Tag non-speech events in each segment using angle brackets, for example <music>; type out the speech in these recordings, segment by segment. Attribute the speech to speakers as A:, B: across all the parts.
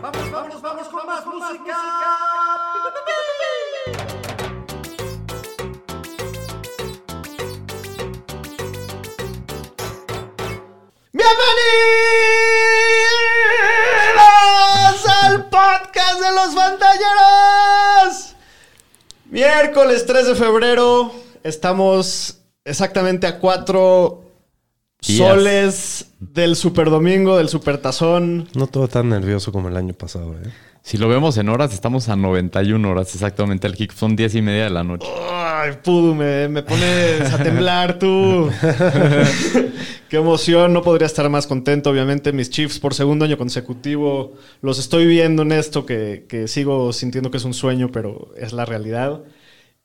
A: Vamos, vamos, vamos con más música.
B: ¡Bienvenidos al podcast de los pantalleros! Miércoles 3 de febrero, estamos exactamente a 4
C: Días.
B: soles del superdomingo, del supertazón.
D: No todo tan nervioso como el año pasado, ¿eh?
C: Si lo vemos en horas, estamos a 91 horas exactamente. El kick son 10 y media de la noche.
B: Ay, pudo, me, me pones a temblar
D: <laughs>
B: tú. Qué emoción, no podría estar más contento, obviamente. Mis Chiefs por segundo año consecutivo, los estoy viendo en esto que, que sigo sintiendo que es un sueño, pero es la realidad.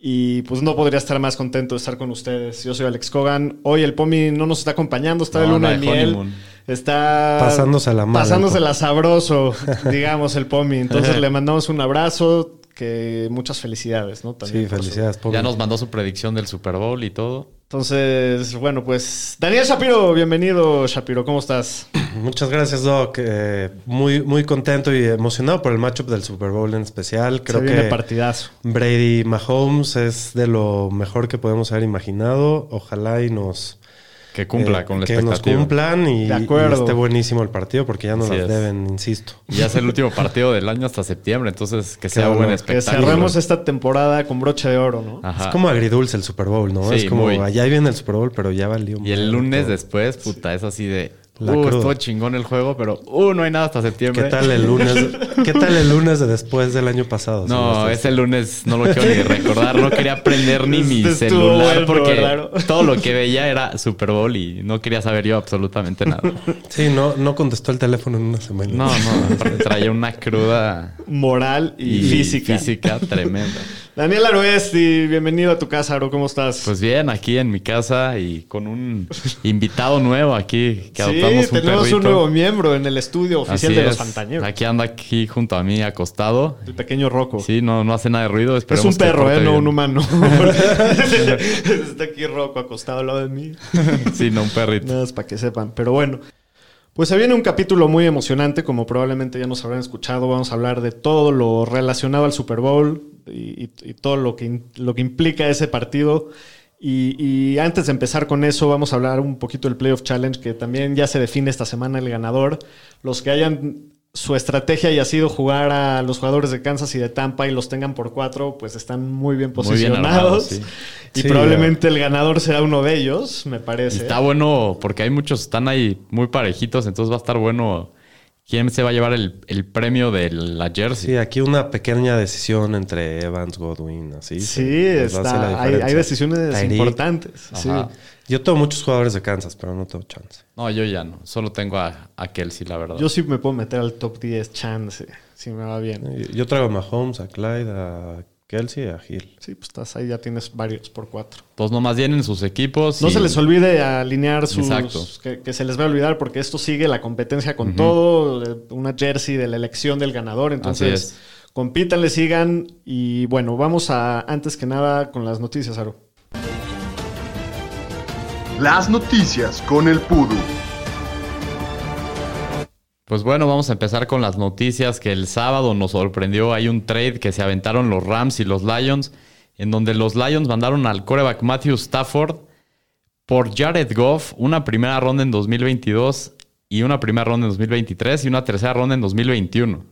B: Y pues no podría estar más contento de estar con ustedes. Yo soy Alex Cogan. Hoy el Pomi no nos está acompañando, está de
C: No,
B: luna de
C: anda de
B: miel.
C: honeymoon.
B: Está
D: Pasándosela mal,
B: Pasándosela
D: <laughs>
B: sabroso, digamos, el Pomi. Entonces le mandamos un abrazo, que muchas felicidades, ¿no?
D: Sí,
B: por su-
D: felicidades. Pomi.
C: Ya nos mandó su predicción del Super Bowl y todo.
B: entonces, bueno, pues Daniel Shapiro, bienvenido Shapiro, ¿cómo estás?
D: Muchas gracias, Doc. Eh, muy, muy contento y emocionado por el matchup del Super Bowl en especial. Creo
B: Se viene
D: que
B: partidazo.
D: Brady Mahomes es de lo mejor que podemos haber imaginado. Ojalá y nos
C: Que cumpla
D: eh,
C: con la
D: que nos
C: expectativa.
D: cumplan y,
B: De acuerdo.
D: y esté buenísimo el partido porque ya nos
C: Así
D: las
C: es.
D: deben, insisto.
C: Y ya es el último partido del año hasta septiembre, entonces que sea
D: bueno,
C: buen
D: que
B: Que
C: espectáculo.
B: cerremos esta temporada con broche de oro, ¿no?
C: Ajá.
D: Es como agridulce el Super Bowl, ¿no?
C: Sí,
D: es como
C: muy.
D: allá viene el Super Bowl, pero ya valió.
C: Y
D: madre
C: el lunes
D: todo.
C: después, puta, es así de.
D: La
C: uh,
D: cruda.
C: estuvo chingón el juego, pero uh, no hay nada hasta septiembre.
D: ¿Qué tal el
C: <laughs>
D: lunes? ¿Qué tal el lunes de después del año pasado?
C: No,
D: Silvestre?
C: ese lunes no lo quiero
D: <laughs>
C: ni recordar. No quería prender ni mi
B: Estuvo
C: celular
B: bueno,
C: porque
B: ¿verdad?
C: todo lo que veía era Super Bowl y no quería saber yo absolutamente nada.
D: <laughs> Sí, no, no contestó el teléfono en una semana.
C: No, no, aparte traía una cruda
B: Moral y, física.
C: tremenda.
B: Daniel Aroesti, bienvenido a tu casa, Aro, ¿cómo estás?
C: Pues bien, aquí en mi casa y con un invitado nuevo aquí que adoptamos
B: sí,
C: un
B: tenemos
C: perrito.
B: un nuevo miembro en el estudio oficial
C: Así
B: de los
C: es.
B: Fantañeros.
C: Aquí anda aquí junto a mí acostado.
B: El pequeño Rocco.
C: Sí, no, no hace nada de ruido.
B: Es
C: esperemos
B: un
C: que
B: perro, ¿eh?
C: porte
B: No
C: bien.
B: un
C: <laughs>
B: humano. <laughs> Está aquí Rocco acostado al lado de mí.
C: Sí, no un perrito.
B: Nada más para que sepan. Pero bueno, pues se viene un capítulo muy emocionante, como probablemente ya nos habrán escuchado. Vamos a hablar de todo lo relacionado al Super Bowl y, y- y todo lo que, in- lo que implica ese partido. Y, y antes de empezar con eso, vamos a hablar un poquito del Playoff Challenge, que también ya se define esta semana el ganador. Los que hayan. Su estrategia haya sido jugar a los jugadores de Kansas y de Tampa y los tengan por cuatro, pues están muy bien
C: Muy bien
B: posicionados.
C: armados, sí.
B: Y
D: Sí,
B: probablemente el ganador será uno de ellos, me
C: Y
B: parece.
C: está bueno porque hay muchos, están ahí muy parejitos, entonces va a estar bueno quién se va a llevar el, el premio de la jersey.
D: Sí, aquí una pequeña decisión entre Evans Godwin, así.
B: Sí,
D: nos hace la
B: está, hay, hay
D: diferencia.
B: decisiones
D: Tyreek.
B: importantes. sí.
C: Ajá.
D: Yo tengo muchos jugadores de Kansas, pero no tengo chance.
C: No, yo ya no. Solo tengo a, a Kelsey, la verdad.
B: Yo sí me puedo meter al top 10 chance, si me va bien.
D: Yo- Yo traigo a Mahomes, a Clyde, a Kelsey y a Hill.
B: Sí, pues estás ahí, ya tienes varios por cuatro.
C: Entonces nomás tienen sus equipos.
B: No
C: y-
B: se les olvide alinear sus...
C: Exacto.
B: Que, que se les va a olvidar porque esto sigue la competencia con todo, eh, una jersey de la elección del ganador, entonces...
C: es.
B: Compítanle, sigan y bueno, vamos a antes que nada con las noticias, Aro.
E: Las noticias con el Puru.
C: Pues bueno, vamos a empezar con las noticias que el sábado nos sorprendió. Hay un trade que se aventaron los Rams y los Lions, en donde los Lions mandaron al coreback Matthew Stafford por Jared Goff una primera ronda en 2022 y una primera ronda en 2023 y una tercera ronda en 2021.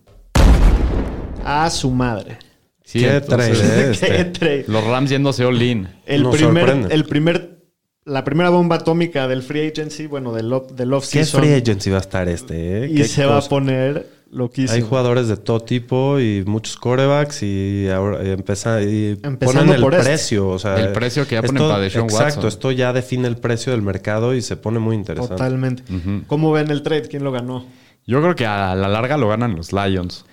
B: A su madre.
C: Sí,
D: Qué
C: entonces,
D: trade,
B: <laughs>
D: eh.
B: Qué
D: Este.
B: trade.
C: Los Rams yéndose all-in.
B: El
D: Nos
B: primer,
D: sorprende.
B: el primer, la primera bomba atómica del free agency, bueno, del, op- del off
D: ¿Qué free
B: season.
D: agency va a estar este? eh?
B: Y
D: ¿Qué
B: se va a
D: cosa?
B: poner
D: Hay
B: loquísimo.
D: jugadores de todo tipo y muchos corebacks y ahora y empeza- y
B: Empezando
D: ponen el
B: por este.
D: precio. O sea,
C: El precio que ya ponen
D: esto-
C: para Deshaun Watson.
D: Exacto, esto ya define el precio del mercado y se pone muy interesante.
B: Totalmente. ¿Cómo ven el trade? ¿Quién lo ganó?
C: Yo creo que a la larga lo ganan los Lions.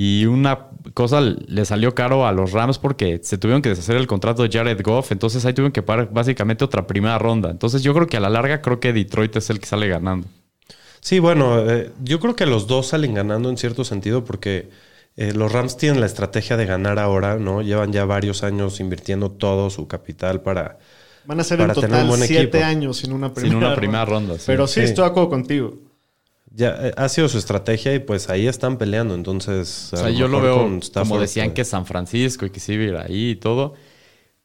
C: Y una cosa le salió caro a los Rams porque se tuvieron que deshacer el contrato de Jared Goff. Entonces ahí tuvieron que pagar básicamente otra primera ronda. Entonces yo creo que a la larga creo que Detroit es el que sale ganando.
D: Sí, bueno, eh, yo creo que los dos salen ganando en cierto sentido porque eh, los Rams tienen la estrategia de ganar ahora, ¿no? Llevan ya varios años invirtiendo todo su capital para...
B: Van a ser
D: Para
B: en
D: tener un
B: total
D: buen
B: siete
D: equipo.
B: años sin una primera
C: Sin una primera ronda. sí.
B: Pero sí,
D: Sí.
B: estoy de acuerdo contigo.
D: Ya eh, ha sido su estrategia y pues ahí están peleando, entonces...
C: O
D: a
C: sea, yo lo
D: mejor con
C: veo como
D: Stafford,
C: decían
D: eh,
C: que San Francisco y que se iba a ir ahí y todo.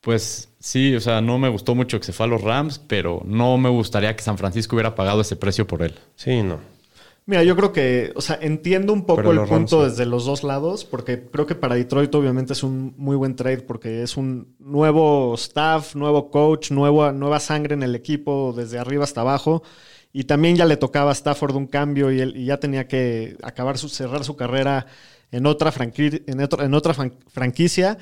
C: Pues sí, o sea, no me gustó mucho que se fue a los Rams, pero no me gustaría que San Francisco hubiera pagado ese precio por él.
D: Sí, no.
B: Mira, yo creo que, o sea, entiendo un poco
D: Pero
B: el
D: los
B: punto
D: Rams, sí.
B: desde los dos lados, porque creo que para Detroit obviamente es un muy buen trade, porque es un nuevo staff, nuevo coach, nueva, nueva sangre en el equipo, desde arriba hasta abajo. Y también ya le tocaba a Stafford un cambio y, él, y ya tenía que acabar su, cerrar su carrera en otra, franqui- en otro- en otra fran- franquicia.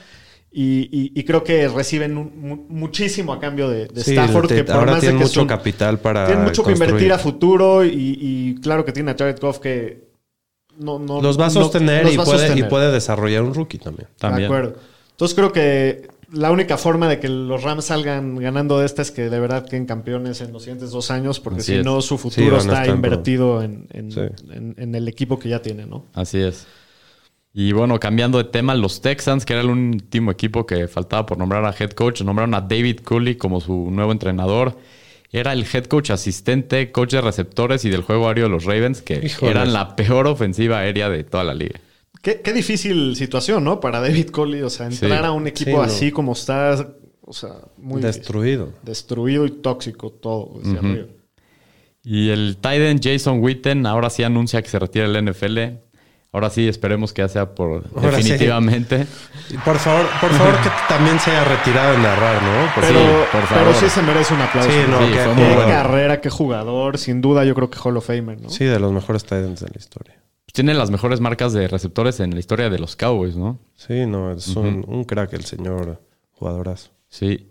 B: Y, y- y creo que reciben un- mu- muchísimo a cambio de, de
D: Sí,
B: Stafford,
D: te-
B: que por
D: ahora
B: más de
D: tienen
B: que
D: mucho
B: son-
D: capital para
B: tienen mucho que
D: Ah, construir.
B: invertir a futuro y, y claro que tiene a Jared Goff que no, no-
D: Los va a
B: no-
D: sostener,
B: los
D: y,
B: va a
D: puede,
B: sostener.
D: y puede desarrollar un rookie también.
C: También.
B: De acuerdo. Entonces creo que la única forma de que los Rams salgan ganando de esta es que de verdad queden campeones en los siguientes dos años, porque
C: Así
B: si
C: es.
B: no su
D: Sí,
B: futuro
D: van a
B: está
D: estar, pero-
B: invertido en, en-
D: Sí.
B: en- en el equipo que ya tiene, ¿no?
C: Así es. Y bueno, cambiando de tema, los Texans, que era el último equipo que faltaba por nombrar a head coach, nombraron a David Cooley como su nuevo entrenador. Era el head coach asistente, coach de receptores y del juego aéreo de los Ravens, que
D: Híjoles.
C: eran la peor ofensiva aérea de toda la liga.
B: Qué, qué difícil situación, ¿no? Para David Coley, o sea, entrar
C: Sí.
B: a un equipo
D: Sí, no.
B: así como está, o sea, muy difícil.
D: Destruido.
B: destruido y tóxico todo. desde arriba.
C: Y el Titan Jason Witten ahora sí anuncia que se retira del NFL. Ahora sí, esperemos que ya sea por
D: Ahora sí.
C: definitivamente.
D: Y Por favor, por favor que también se haya retirado de narrar, ¿no? Porque-
B: Pero,
C: por favor.
B: pero sí se merece un aplauso.
D: sí, no,
C: Sí,
D: que-
C: fue muy
B: Qué
C: bueno.
B: carrera, qué jugador. Sin duda, yo creo que Hall of Famer, ¿no?
D: sí, de los mejores tight ends de la historia.
C: Tiene las mejores marcas de receptores en la historia de los Cowboys, ¿no?
D: Sí, no, es un, un crack el señor jugadorazo.
C: Sí.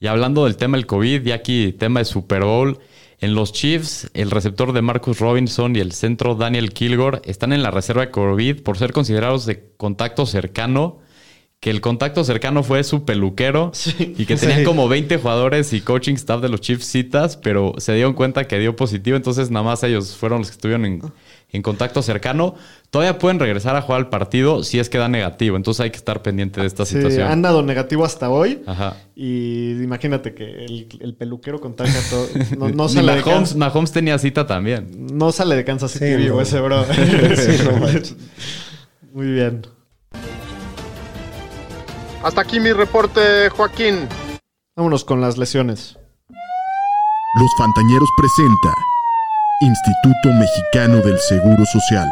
C: Y hablando del tema del COVID, y aquí tema de Super Bowl, en los Chiefs, el receptor de Marcus Robinson y el centro Daniel Kilgore están en la reserva de COVID por ser considerados de contacto cercano, que el contacto cercano fue su peluquero
B: <laughs> Sí.
C: y que tenían
D: Sí.
C: como 20 jugadores y coaching staff de los Chiefs citas, pero se dieron cuenta que dio positivo, entonces nada más ellos fueron los que estuvieron en, en contacto cercano. Todavía pueden regresar a jugar al partido si es que da negativo, entonces hay que estar pendiente de esta
B: Sí,
C: situación.
B: han dado negativo hasta hoy.
D: Ah.
C: Ajá.
B: Y imagínate que el, el peluquero contagia
D: <laughs>
B: todo. No, no
C: Ni
B: sale de
C: Mahomes,
B: Kansas,
C: Mahomes tenía cita también.
B: no sale de Kansas City
D: Sí,
B: vivo
D: no.
B: ese
D: <laughs>
B: bro. Muy bien.
F: Hasta aquí mi reporte, Joaquín.
B: Vámonos con las lesiones.
G: Los Fantañeros presenta Instituto Mexicano del Seguro Social.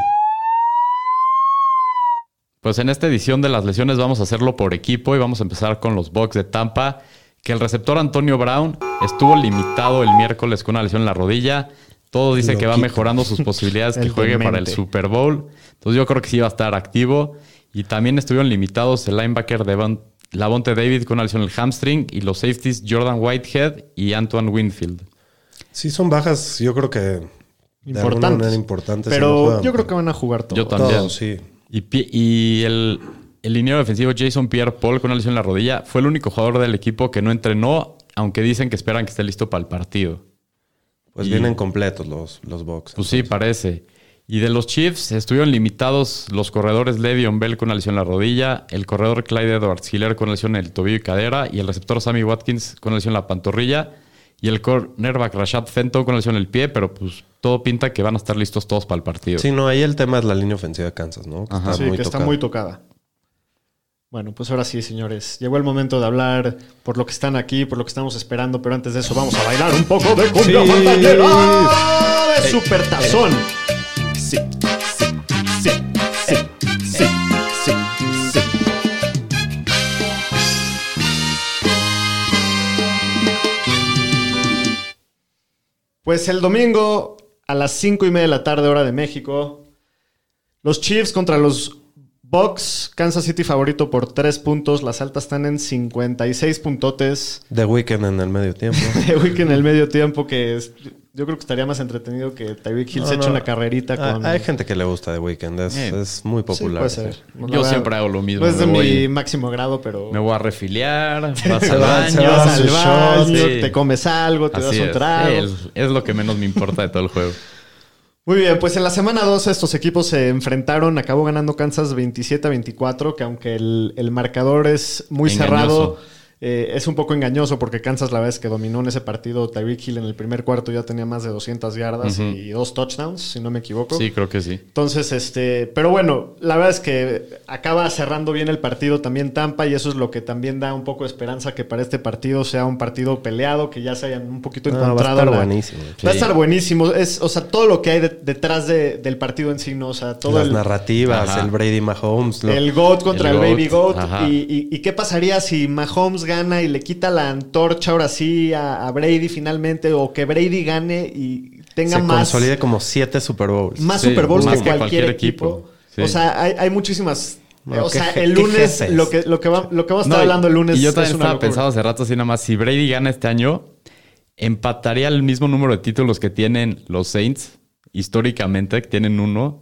C: Pues en esta edición de las lesiones vamos a hacerlo por equipo y vamos a empezar con los Bucks de Tampa, que el receptor Antonio Brown estuvo limitado el miércoles con una lesión en la rodilla. Todo dice que va
D: Loquito.
C: mejorando sus posibilidades que
B: El
C: juegue para el
B: demente.
C: Super Bowl. Entonces yo creo que sí va a estar activo. Y también estuvieron limitados el linebacker de Van- Lavonte David con una lesión en el hamstring y los safeties Jordan Whitehead y Antoine Winfield.
D: Sí, son bajas, yo creo que de alguna manera
B: Importantes.
D: importantes. en el
B: Pero
D: juego.
B: yo creo que van a jugar todos.
C: Yo también.
D: Todos, sí.
C: Y, pi- y el, el liniero defensivo Jason Pierre Paul con una lesión en la rodilla fue el único jugador del equipo que no entrenó, aunque dicen que esperan que esté listo para el partido.
D: Pues
C: Y-
D: vienen completos los, los box.
C: Pues sí, parece. Y de los Chiefs estuvieron limitados los corredores Le'Veon Bell con una lesión en la rodilla, el corredor Clyde Edwards Hiller con una lesión en el tobillo y cadera, y el receptor Sammy Watkins con una lesión en la pantorrilla, y el cornerback Rashad Fenton con una lesión en el pie, pero pues todo pinta que van a estar listos todos para el partido.
D: Sí, no, ahí el tema es la línea ofensiva de Kansas, ¿no? Que
C: Ajá.
D: está
B: sí,
D: muy
B: que está
D: tocada.
B: muy tocada. Bueno, pues ahora sí, señores. Llegó el momento de hablar por lo que están aquí, por lo que estamos esperando, pero antes de eso vamos a bailar un poco de cumbia
D: Sí. Eh,
B: fandanguera de supertazón. Pues el domingo a las cinco y media de la tarde, hora de México, los Chiefs contra los Bucks. Kansas City favorito por tres puntos. Las altas están en 56 puntotes. <laughs>
D: The Weeknd en el medio tiempo. <laughs>
B: De Wick en el medio tiempo que es- Yo creo que estaría más entretenido que Tyreek Hill
D: No,
B: se eche
D: no.
B: una carrerita
D: Ah,
B: con.
D: Hay gente que le gusta The Weeknd, es,
C: Eh,
D: es muy
B: Sí,
D: popular.
B: puede ser.
C: Yo
B: La verdad,
C: siempre hago lo mismo.
B: No es
C: me,
B: de mi
C: voy,
B: máximo grado, pero.
C: me voy
B: <laughs>
C: a refiliar, vas
D: Se
C: al
D: va-
C: baño,
D: se va
B: vas
D: a
B: al
D: su
B: baño,
D: shot,
C: sí.
B: te comes algo, te
C: Así
B: das un
C: es.
B: trago.
C: El- es lo que menos me importa de todo el juego.
B: Muy bien, pues en la semana 2 estos equipos se enfrentaron, acabó ganando Kansas 27 a 24, que aunque el, el marcador es muy
C: Engañoso.
B: cerrado, eh, es un poco engañoso porque Kansas la vez que dominó en ese partido, Tyreek Hill en el primer cuarto ya tenía más de 200 yardas
C: Ujú.
B: y dos touchdowns, si no me equivoco.
C: Sí, creo que sí.
B: Entonces, este, pero bueno, la verdad es que acaba cerrando bien el partido también Tampa y eso es lo que también da un poco de esperanza que para este partido sea un partido peleado, que ya se hayan un poquito
D: No, Ah, va a
B: encontrado.
D: estar
B: la-
D: buenísimo.
B: Va a
C: Sí.
B: estar buenísimo. Es, o sea, todo lo que hay de- detrás de- del partido en sí, ¿no? O sea, todo
D: Las
B: el,
D: narrativas,
C: Ajá.
D: el Brady Mahomes. lo-
B: el GOAT contra el,
C: El
B: Baby
C: GOAT,
B: GOAT.
C: ajá.
B: Y, y- y qué pasaría si Mahomes gana y le quita la antorcha ahora sí a, a Brady finalmente? O que Brady gane y tenga
D: se
B: más...
D: consolide como siete Super Bowls.
B: Más
C: Sí,
B: Super Bowls
C: más
B: que,
C: que
B: cualquier,
C: cualquier
B: equipo.
C: equipo. Sí.
B: O sea, hay, hay muchísimas. eh,
D: Bueno,
B: o
D: qué
B: sea,
D: je-
B: el
D: qué
B: lunes,
D: jefes.
B: lo que, lo que, va- lo que vamos a estar
C: No, y-
B: hablando el lunes.
C: Y yo también
B: es una
C: estaba
B: locura.
C: pensando hace rato así nada más. Si Brady gana este año, empataría el mismo número de títulos que tienen los Saints históricamente, que tienen uno.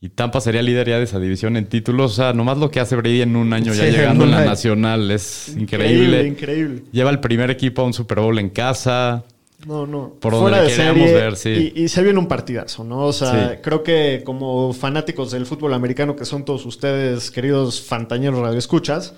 C: Y Tampa sería líder ya de esa división en títulos. O sea, nomás lo que hace Brady en un año ya
D: Sí,
C: llegando en
D: en un
C: la
D: año.
C: nacional es
B: Increíble,
C: increíble.
B: increíble.
C: Lleva el primer equipo a un Super Bowl en casa.
B: No, no.
C: Por donde le queramos ver, sí.
B: Y, y se viene un partidazo, ¿no? O sea,
C: Sí.
B: creo que como fanáticos del fútbol americano que son todos ustedes, queridos fantañeros radioescuchas,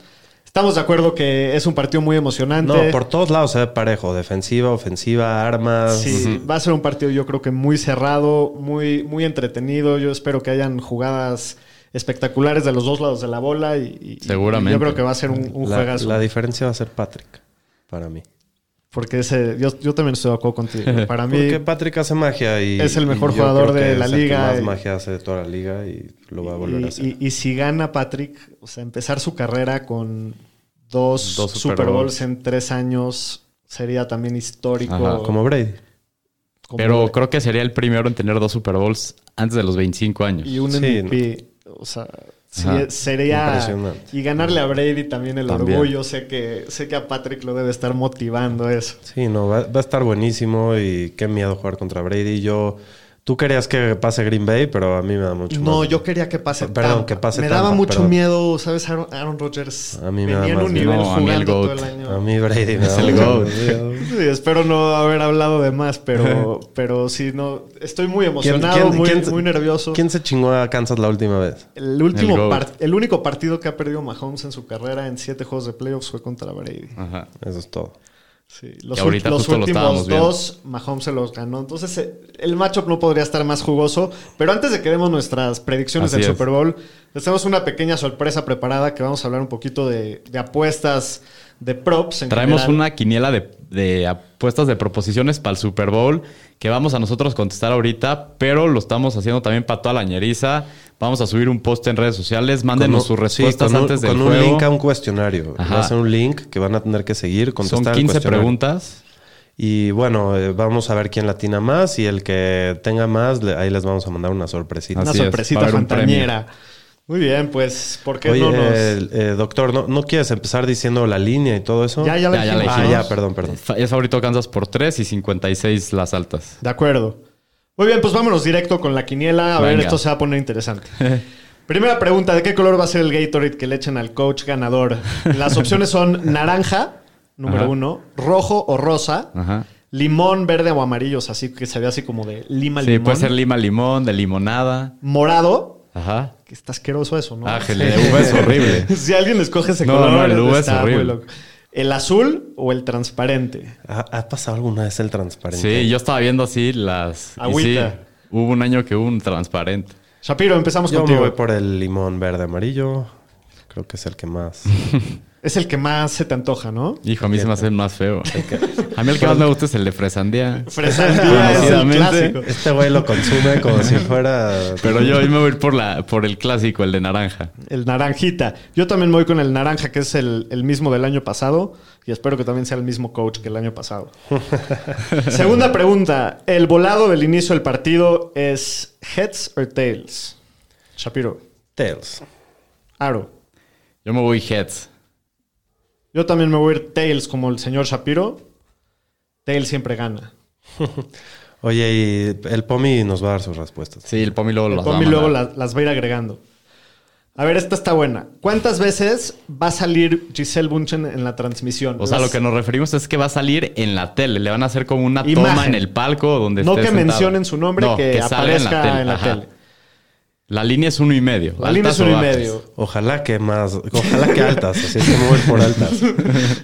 B: estamos de acuerdo que es un partido muy emocionante.
D: No, por todos lados se ve parejo. Defensiva, ofensiva, armas.
B: Sí, va a ser un partido yo creo que muy cerrado, muy, muy entretenido. Yo espero que hayan jugadas espectaculares de los dos lados de la bola y, y- y
C: Seguramente.
B: yo creo que va a ser un, un
D: la,
B: juegazo.
D: la diferencia va a ser Patrick, para mí.
B: porque ese, yo, yo también estoy de acuerdo
C: <laughs>
B: contigo. Para mí,
D: Porque Patrick hace magia y...
B: Es el
D: y
B: mejor
D: yo creo
B: jugador
D: que
B: de la
D: es el que
B: liga
D: más
B: y-
D: magia hace de toda la liga y lo va a volver a hacer.
B: y, y- y si gana Patrick, o sea, empezar su carrera con dos,
C: Dos
B: Super,
C: Super
B: Bowls
C: Bowls.
B: en tres años sería también histórico.
C: Ajá,
D: Ah, Como Brady.
B: Como-
C: Pero creo que sería el primero en tener dos Super Bowls antes de los 25 años.
B: y un
D: Sí,
B: MVP. O sea, sí,
C: Ajá.
B: sería.
D: Impresionante.
B: Y ganarle a Brady también el
C: También.
B: orgullo. Sé que, sé que a Patrick lo debe estar motivando eso.
D: Sí, no, va, va a estar buenísimo y qué miedo jugar contra Brady. Yo... Tú querías que pase Green Bay, pero a mí me da mucho
B: No,
D: más-
B: yo quería que pase.
D: Perdón,
B: Tampa.
D: que pase
B: Me daba
D: Tampa,
B: mucho
D: perdón.
B: miedo, ¿sabes? Aaron, Aaron Rodgers
D: A mí me da
B: venía en
D: más
B: un
D: miedo.
B: nivel
C: No, a mí el
B: jugando todo
C: GOAT.
B: el año.
D: A mí Brady
B: <laughs>
D: me
C: Es
D: da
C: el
D: mucho
C: GOAT.
D: miedo.
B: Sí, espero no haber hablado de más,
D: <laughs>
B: pero, pero sí, no. Estoy muy emocionado, muy, muy nervioso.
D: ¿Quién se chingó a Kansas la última vez?
B: el, último
C: El GOAT.
B: par- el único partido que ha perdido Mahomes en su carrera en siete juegos de playoffs fue contra Brady.
C: Ajá.
D: Eso es todo.
B: Sí, los,
C: Que ahorita
B: ul- los
C: justo lo
B: últimos
C: estábamos
B: dos, Mahomes se los ganó. Entonces, eh, el matchup no podría estar más jugoso. Pero antes de que demos nuestras predicciones
C: Así
B: del
C: es.
B: Super Bowl, les tenemos una pequeña sorpresa preparada que vamos a hablar un poquito de, de apuestas, de props. en
C: Traemos
B: general.
C: una quiniela de, de apuestas de proposiciones para el Super Bowl que vamos a nosotros contestar ahorita, pero lo estamos haciendo también para toda la ñeriza. Vamos a subir un post en redes sociales. Mándenos
D: Con un-
C: sus respuestas
D: sí, con un-
C: antes del
D: Con
C: juego.
D: un link a un cuestionario.
C: Ajá.
D: Va a ser un link que van a tener que seguir,
C: Son
D: contestar el
C: 15
D: cuestionario.
C: preguntas.
D: Y bueno, eh, vamos a ver quién latina más y el que tenga más, le- ahí les vamos a mandar una sorpresita.
B: Una
C: Así es,
B: sorpresita
C: va a haber un
B: fantañera. Muy bien, pues, ¿por qué
D: Oye,
B: no nos...?
D: eh, eh, doctor, ¿no, ¿no quieres empezar diciendo la línea y todo eso?
B: Ya, ya, la
C: Ya, ya la
B: dijimos.
D: Ah,
C: dijimos.
D: ya, perdón, perdón.
C: Fa- Es favorito Kansas por 3 y 56 las altas.
B: De acuerdo. Muy bien, pues vámonos directo con la quiniela. A ver,
C: Venga.
B: esto se va a poner
C: <laughs>
B: interesante. Primera pregunta, ¿de qué color va a ser el Gatorade que le echen al coach ganador?
C: <laughs>
B: Las opciones son naranja, número
C: Ajá.
B: uno, rojo o rosa,
C: Ajá.
B: limón, verde o amarillos, así que se ve así como de lima
C: Sí,
B: limón.
C: puede ser lima limón, de limonada.
B: morado,
C: Ajá.
B: que está asqueroso eso, ¿no?
C: Ángel, Ah, de uva es horrible.
B: <laughs> si alguien les coge ese
C: No,
B: color,
C: no, el uva es
B: está muy
C: horrible.
B: loco. ¿El azul o el transparente?
D: ¿Ha, ha pasado alguna vez el transparente?
C: Sí, yo estaba viendo así las. y
B: Agüita.
C: sí, hubo un año que hubo un transparente.
B: Shapiro, empezamos
D: Yo me
B: contigo.
D: voy por el limón verde amarillo. Creo que es el que más.
B: Es el que más se te antoja, ¿no?
C: Hijo, a mí se me hace el más feo. A mí el que más me gusta es el de fresandía.
B: Fresandía es el
C: Conocidamente.
B: clásico.
D: Este güey lo consume como si fuera.
C: Pero yo hoy me voy a ir por, la, por el clásico, el de naranja.
B: El naranjita. Yo también me voy con el naranja, que es el, el mismo del año pasado. Y espero que también sea el mismo coach que el año
C: <laughs>
B: pasado. Segunda pregunta. ¿El volado del inicio del partido es heads or tails? Shapiro.
D: Tails.
B: Aro.
C: Yo me voy heads.
B: Yo también me voy a ir tails como el señor Shapiro. Tails siempre gana.
D: Oye, y el Pomi nos va a dar sus respuestas.
C: Sí, el Pomi luego
B: El
C: las va Pues a
B: Pomi luego
C: mandar.
B: la- las va a ir agregando. A ver, esta está buena. ¿Cuántas veces va a salir Giselle Bunchen en la transmisión?
C: O sea,
B: Las-
C: lo que nos referimos es que va a salir en la tele. Le van a hacer como una toma
B: Imagen.
C: en el palco donde
B: No
C: esté
B: que
C: sentado.
B: mencionen su nombre,
C: No,
B: que,
C: salga
B: aparezca en la
C: Ajá.
B: tele.
C: La línea es uno y medio.
B: La línea es
C: Altas o
B: uno y
C: bajas.
B: medio. <laughs>
D: Ojalá que más, ojalá que altas, así es que me voy a ir por altas.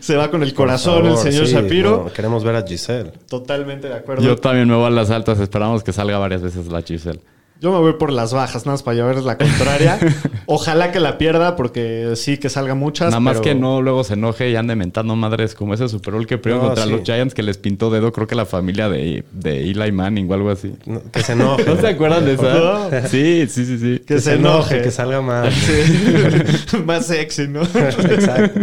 B: Se va con el
D: Por
B: corazón
D: favor,
B: el señor
D: sí,
B: Shapiro.
D: no, queremos ver a Giselle.
B: Totalmente de acuerdo.
C: Yo
B: Yo,
C: también me voy a las altas. Esperamos que salga varias veces la Giselle.
B: me voy por las bajas, nada más para llevarles la
C: <laughs>
B: contraria. Ojalá que la pierda, porque sí que salga muchas.
C: Nada más
B: pero-
C: que no luego se enoje y ande mentando madres como ese Super Bowl que perdió
D: No,
C: contra
D: sí.
C: los Giants que les pintó dedo, creo que la familia de, de Eli Manning o algo así.
D: No, que se enoje.
C: ¿No se acuerdan de esa?
B: No.
C: Sí, sí, sí, sí.
B: Que se enoje.
D: Que salga mal.
B: Sí. <laughs> más sexy, ¿no?
D: <laughs> Exacto.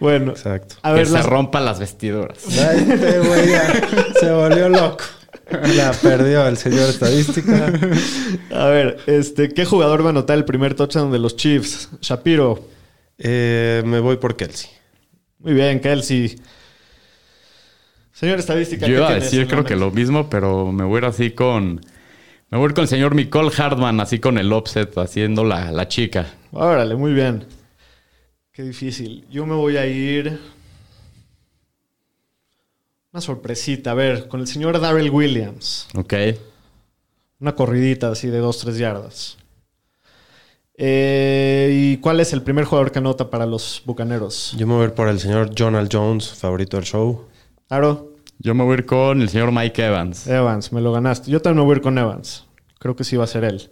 B: bueno.
D: Exacto.
B: A ver,
C: que
B: las-
C: se rompa las vestiduras.
D: Ay, este güey ya se volvió loco. La perdió el señor estadística.
B: a ver, este, ¿qué jugador va a anotar el primer touchdown de los Chiefs? Shapiro.
D: Eh, me voy por Kelsey.
B: Muy bien, Kelsey. Señor estadística,
C: Yo
B: ¿qué
C: iba a
B: tienes
C: decir
B: en
C: creo
B: la
C: que
B: mente?
C: lo mismo, pero me voy a ir así con... Me voy a ir con el señor Nicole Hardman, así con el offset, haciendo la, la chica.
B: Órale, muy bien. Qué difícil. Yo me voy a ir. Una sorpresita, a ver, con el señor Darrell Williams.
C: Ok.
B: Una corridita así de 2-3 yardas. Eh, ¿Y cuál es el primer jugador que anota para los bucaneros?
D: Yo me voy a ir por el señor Jonald Jones, favorito del show.
B: Aro,
C: Yo me voy a ir con el señor Mike Evans.
B: Evans, me lo ganaste. Yo también me voy a ir con Evans. Creo que sí va a ser él.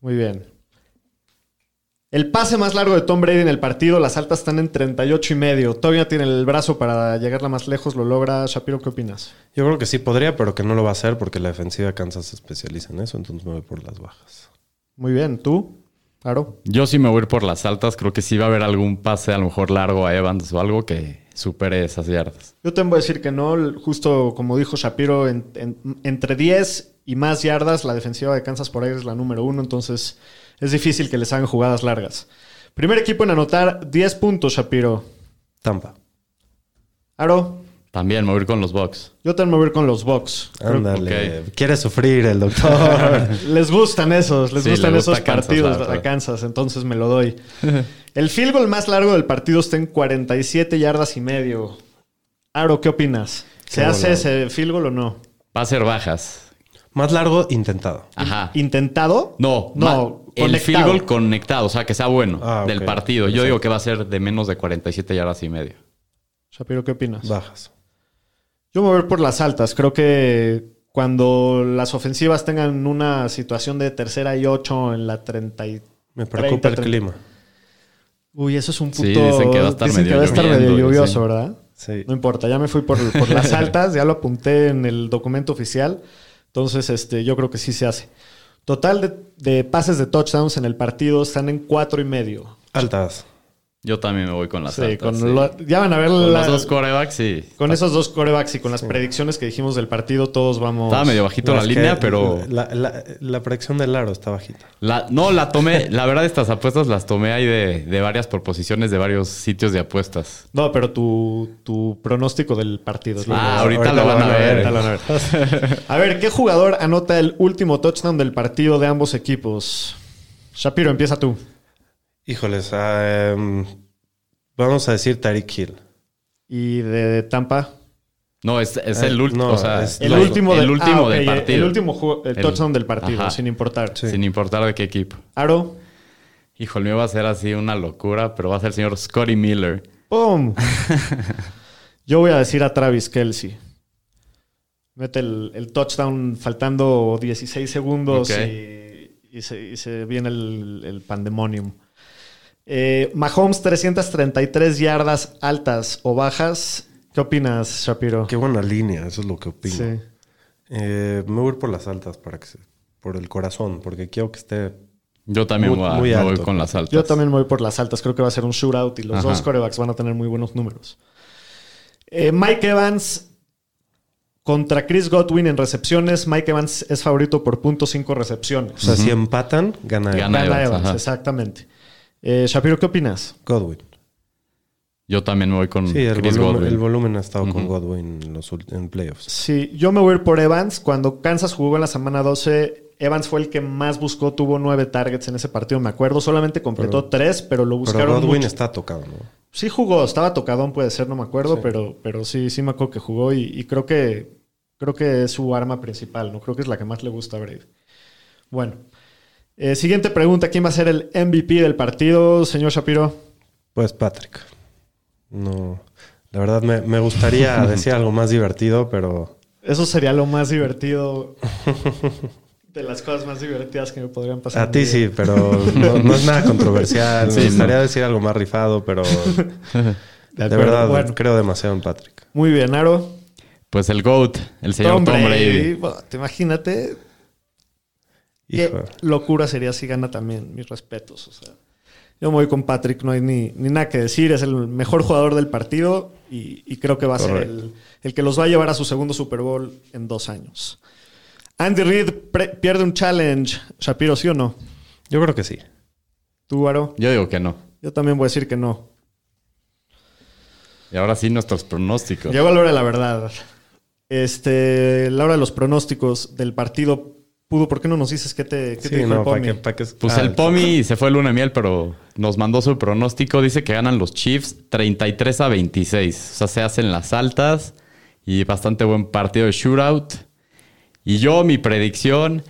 B: Muy bien. El pase más largo de Tom Brady en el partido, las altas están en 38 y medio. Todavía tiene el brazo para llegarla más lejos, lo logra. Shapiro, ¿qué opinas?
D: Yo creo que sí podría, pero que no lo va a hacer porque la defensiva de Kansas se especializa en eso, entonces me voy por las bajas.
B: Muy bien, ¿tú? Claro.
C: Yo sí me voy a ir por las altas. Creo que sí va a haber algún pase, a lo mejor largo a Evans o algo que supere esas yardas.
B: Yo te voy a decir que no, justo como dijo Shapiro, en- en- entre 10 y más yardas, la defensiva de Kansas por aire es la número uno, entonces es difícil que les hagan jugadas largas. Primer equipo en anotar 10 puntos, Shapiro.
D: Tampa.
B: Aro,
C: También me voy a ir con los Bucks.
B: Yo también me voy a ir con los Bucks.
D: Ándale. Quiere sufrir el
C: <laughs>
D: doctor.
B: Les gustan esos, les
C: Sí,
B: gustan
C: le gusta
B: esos
C: Kansas,
B: partidos
C: la verdad.
B: a Kansas, entonces me lo
C: <laughs>
B: doy. El field goal más largo del partido está en 47 yardas y medio. Aro, ¿qué opinas? ¿Se
D: Qué
B: hace
D: volado.
B: ese field goal o no?
C: Va a ser bajas.
D: Más largo, intentado.
C: Ajá.
B: ¿Intentado?
C: Ah. No,
B: no.
C: ma- el
B: conectado.
C: field goal conectado, o sea, que sea bueno
D: Ah,
C: del
D: ok.
C: partido. Yo digo que va a ser de menos de 47 yardas y medio.
B: Shapiro, ¿qué opinas?
D: Bajas.
B: Yo me voy a ir por las altas. Creo que cuando las ofensivas tengan una situación de tercera y ocho en la 30 y...
D: Me
B: 30,
D: preocupa el
B: 30.
D: clima.
B: Uy, eso es un puto...
C: Sí, dicen que va a estar
B: dicen que
C: medio
B: va a estar medio
C: lloviendo,
B: lluvioso,
C: sí.
B: ¿verdad?
D: Sí.
B: No importa, ya me fui por, por
C: <laughs>
B: las altas, ya lo apunté en el documento oficial. Entonces, este, yo creo que sí se hace. Total de, de pases de touchdowns en el partido están en cuatro y medio.
D: Altas.
C: Yo también me voy con las
B: Sí,
C: altas.
B: con
C: sí.
B: lo- ya van a ver
C: Con
B: la-
C: los dos corebacks, sí.
B: con esos dos corebacks y con las predicciones que dijimos del partido, todos vamos.
C: Estaba medio bajito la
D: Es que
C: línea, pero...
D: La, la- la proyección del aro está bajita.
C: la- no, la tomé... La verdad, estas apuestas las tomé ahí de, de varias proposiciones de varios sitios de apuestas.
B: No, pero tu, tu pronóstico del partido. es lo
C: Ah,
B: que-
C: ahorita, lo van a ver.
B: ahorita lo van a
C: <laughs>
B: ver. A ver, ¿qué jugador anota el último touchdown del partido de ambos equipos? Shapiro, empieza tú.
D: Híjoles, ah, em, vamos a decir Tariq Hill.
B: Y de Tampa.
C: No, es, es
D: Eh,
C: el último,
D: no,
C: o sea...
D: es-
B: El
D: Los-
B: último,
C: el
B: del,
C: último
B: ah, ok,
C: del
B: el-
C: partido.
B: El último ju- el
C: El-
B: touchdown del partido,
C: Ajá.
B: sin importar.
C: Sin importar de qué equipo.
B: Aro,
C: Híjole, me va a ser así una locura, pero va a ser el señor Scotty Miller. <laughs>
B: ¡pum! Yo voy a decir a Travis Kelsey. Mete el, el touchdown faltando 16 segundos
C: Ok.
B: y, y se, y se viene el, el pandemonium. Eh, Mahomes, 333 yardas altas o bajas. ¿Qué opinas, Shapiro?
D: Qué buena línea, eso es lo que opino.
B: Sí.
D: Eh, me voy a ir por las altas para que se- por el corazón, porque quiero que esté.
C: Yo también
D: Muy-
C: voy, a-
D: muy
C: me voy
D: alto.
C: con las altas.
B: Yo también me voy por las altas. Creo que va a ser un shootout y los
C: Ajá.
B: dos corebacks van a tener muy buenos números. Eh, Mike Evans contra Chris Godwin en recepciones. Mike Evans es favorito por punto cinco
D: O
B: recepciones.
D: sea, si empatan, gana,
C: Gana.
B: Gana
C: Evans,
B: Evans,
C: ajá.
B: exactamente. Eh, Shapiro, ¿qué opinas?
D: Godwin.
C: Yo también me voy con
D: Sí, el
C: Mm, Chris
D: volumen,
C: Godwin.
D: el volumen ha estado con
C: Ujú.
D: Godwin en los ult- en playoffs.
B: Sí, yo me voy a ir por Evans. Cuando Kansas jugó en la semana 12, Evans fue el que más buscó, tuvo nueve targets en ese partido, me acuerdo. Solamente completó tres, pero lo buscaron.
D: Pero Godwin
B: mucho.
D: está tocado, ¿no?
B: Sí jugó, estaba tocadón, puede ser, no me acuerdo, pero, pero sí, sí me acuerdo que jugó y, y creo que creo que es su arma principal, ¿no? Creo que es la que más le gusta a Brady. Bueno. eh, siguiente pregunta: ¿quién va a ser el MVP del partido, señor Shapiro?
D: Pues Patrick. No. La verdad me,
C: <laughs>
D: me gustaría decir algo más divertido, pero
B: Eso sería lo más divertido. De las cosas más divertidas que me podrían pasar.
D: a ti
B: en mi vida.
D: sí, pero no, no es nada controversial.
C: <laughs> Sí,
D: me
C: no.
D: gustaría decir algo más
B: <laughs>
D: rifado, pero de,
B: De, acuerdo.
D: verdad
B: Bueno,
D: creo demasiado en Patrick.
B: muy bien, Aro.
C: Pues el GOAT, el señor Tom Brady.
B: Bueno, te imagínate
D: Hijo,
B: qué locura sería si gana también. Mis respetos. O sea, yo me voy con Patrick, no hay ni, ni nada que decir. Es el mejor jugador del partido y, y creo que va a ser
D: Correcto.
B: el, el que los va a llevar a su segundo Super Bowl en dos años. Andy Reid pre- pierde un challenge. Shapiro, ¿sí o no?
D: yo creo que sí.
B: Tú, Aro.
C: Yo digo que no.
B: Yo también voy a decir que no.
C: Y ahora sí nuestros pronósticos.
B: Llegó la hora de la verdad. Este, la hora de los pronósticos del partido. Pudo, ¿por qué no nos dices qué te, qué te
D: Sí,
B: dijo el
D: no, para
B: Pomi?
D: que, pa' que-
C: Pues
D: ah,
C: el Pomi se fue el luna de miel, pero nos mandó su pronóstico. Dice que ganan los Chiefs 33 a 26. O sea, se hacen las altas y bastante buen partido de shootout. Y yo, mi predicción,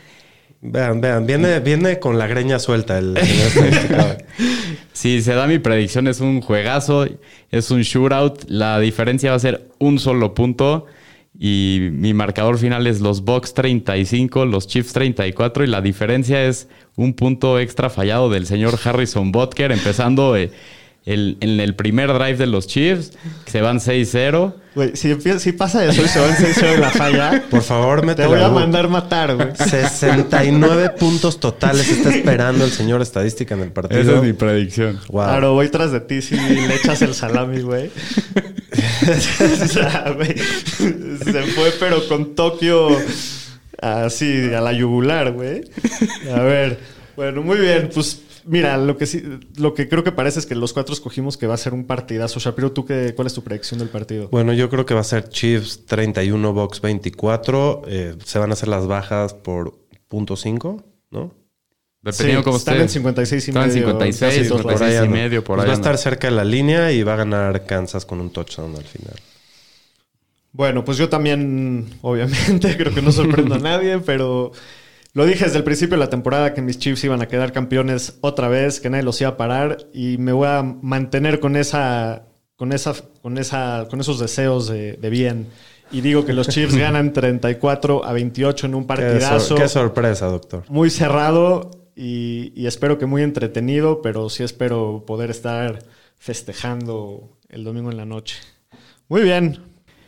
D: Vean, vean, viene, viene con la greña suelta
B: <laughs>
D: el señor estadística.
C: si se da mi predicción, es un juegazo, es un shootout. La diferencia va a ser un solo punto. Y mi marcador final es los Bucks 35, los Chiefs 34. Y la diferencia es un punto extra fallado del señor Harrison Butker, empezando eh, el- en el primer drive de los Chiefs, que se van 6-0.
B: Güey, si, empie- si pasa eso y se va en serio de la falla,
D: Por favor,
B: te
D: métela.
B: voy a
D: Gu.
B: mandar matar,
D: <laughs>
B: güey.
D: 69 puntos totales está esperando el señor estadística en el partido.
C: Esa es mi predicción.
D: Wow.
B: Claro, voy tras de ti si le echas el salami, güey. <laughs> o sea, güey, se fue, pero con Tokio así, a la yugular, güey. A ver, bueno, muy bien, pues. Mira, lo que sí, lo que creo que parece es que los cuatro escogimos que va a ser un partidazo. Shapiro, ¿tú qué, cuál es tu predicción del partido?
D: Bueno, yo creo que va a ser Chiefs 31, Box 24. Eh, se van a hacer las bajas por punto .5, ¿no?
C: Dependiendo
B: Sí,
C: cómo
B: están
C: esté.
B: en 56 y
C: Están en
B: medio,
C: 56,
B: casi todos
C: 56
D: anda.
C: y medio, por
D: Pues
C: ahí.
D: va a
C: anda.
D: estar cerca de la línea y va a ganar Kansas con un touchdown al final.
B: Bueno, pues yo también, obviamente, <laughs> creo que no sorprendo a nadie, pero lo dije desde el principio de la temporada que mis Chiefs iban a quedar campeones otra vez, que nadie los iba a parar y me voy a mantener con esa, con esa, con esa, con esos deseos de, de bien. Y digo que los
D: <laughs>
B: Chiefs ganan 34 a 28 en un
D: Qué, sor-
B: partidazo
D: qué sorpresa, doctor.
B: muy cerrado y, y espero que muy entretenido, pero sí espero poder estar festejando el domingo en la noche. Muy bien,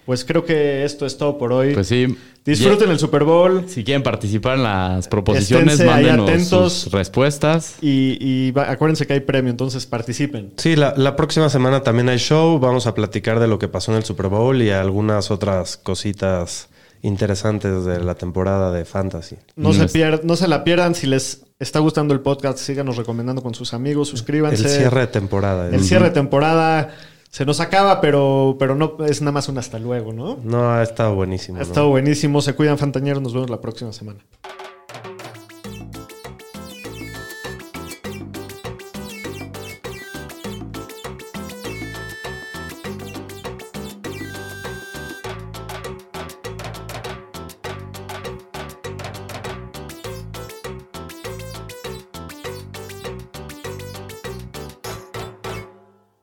B: pues creo que esto es todo por hoy.
C: Pues sí.
B: Disfruten el Super Bowl
C: Si quieren participar en las proposiciones,
B: Esténse ahí
C: mándenos
B: atentos.
C: sus respuestas.
B: y, y va- acuérdense que hay premio, entonces participen.
D: Sí, la, la próxima semana también hay show. Vamos a platicar de lo que pasó en el Super Bowl y algunas otras cositas interesantes de la temporada de Fantasy.
B: No, se
C: Nos-
B: pier- no se la pierdan. Si les está gustando el podcast, síganos recomendando con sus amigos,
D: El
B: suscríbanse.
D: cierre de temporada.
B: El cierre de temporada se nos acaba, pero, pero no es nada más un hasta luego, ¿no?
D: No, ha estado buenísimo.
B: Ha
D: ¿no?
B: estado buenísimo. Se cuidan, Fantañeros. Nos vemos la próxima semana.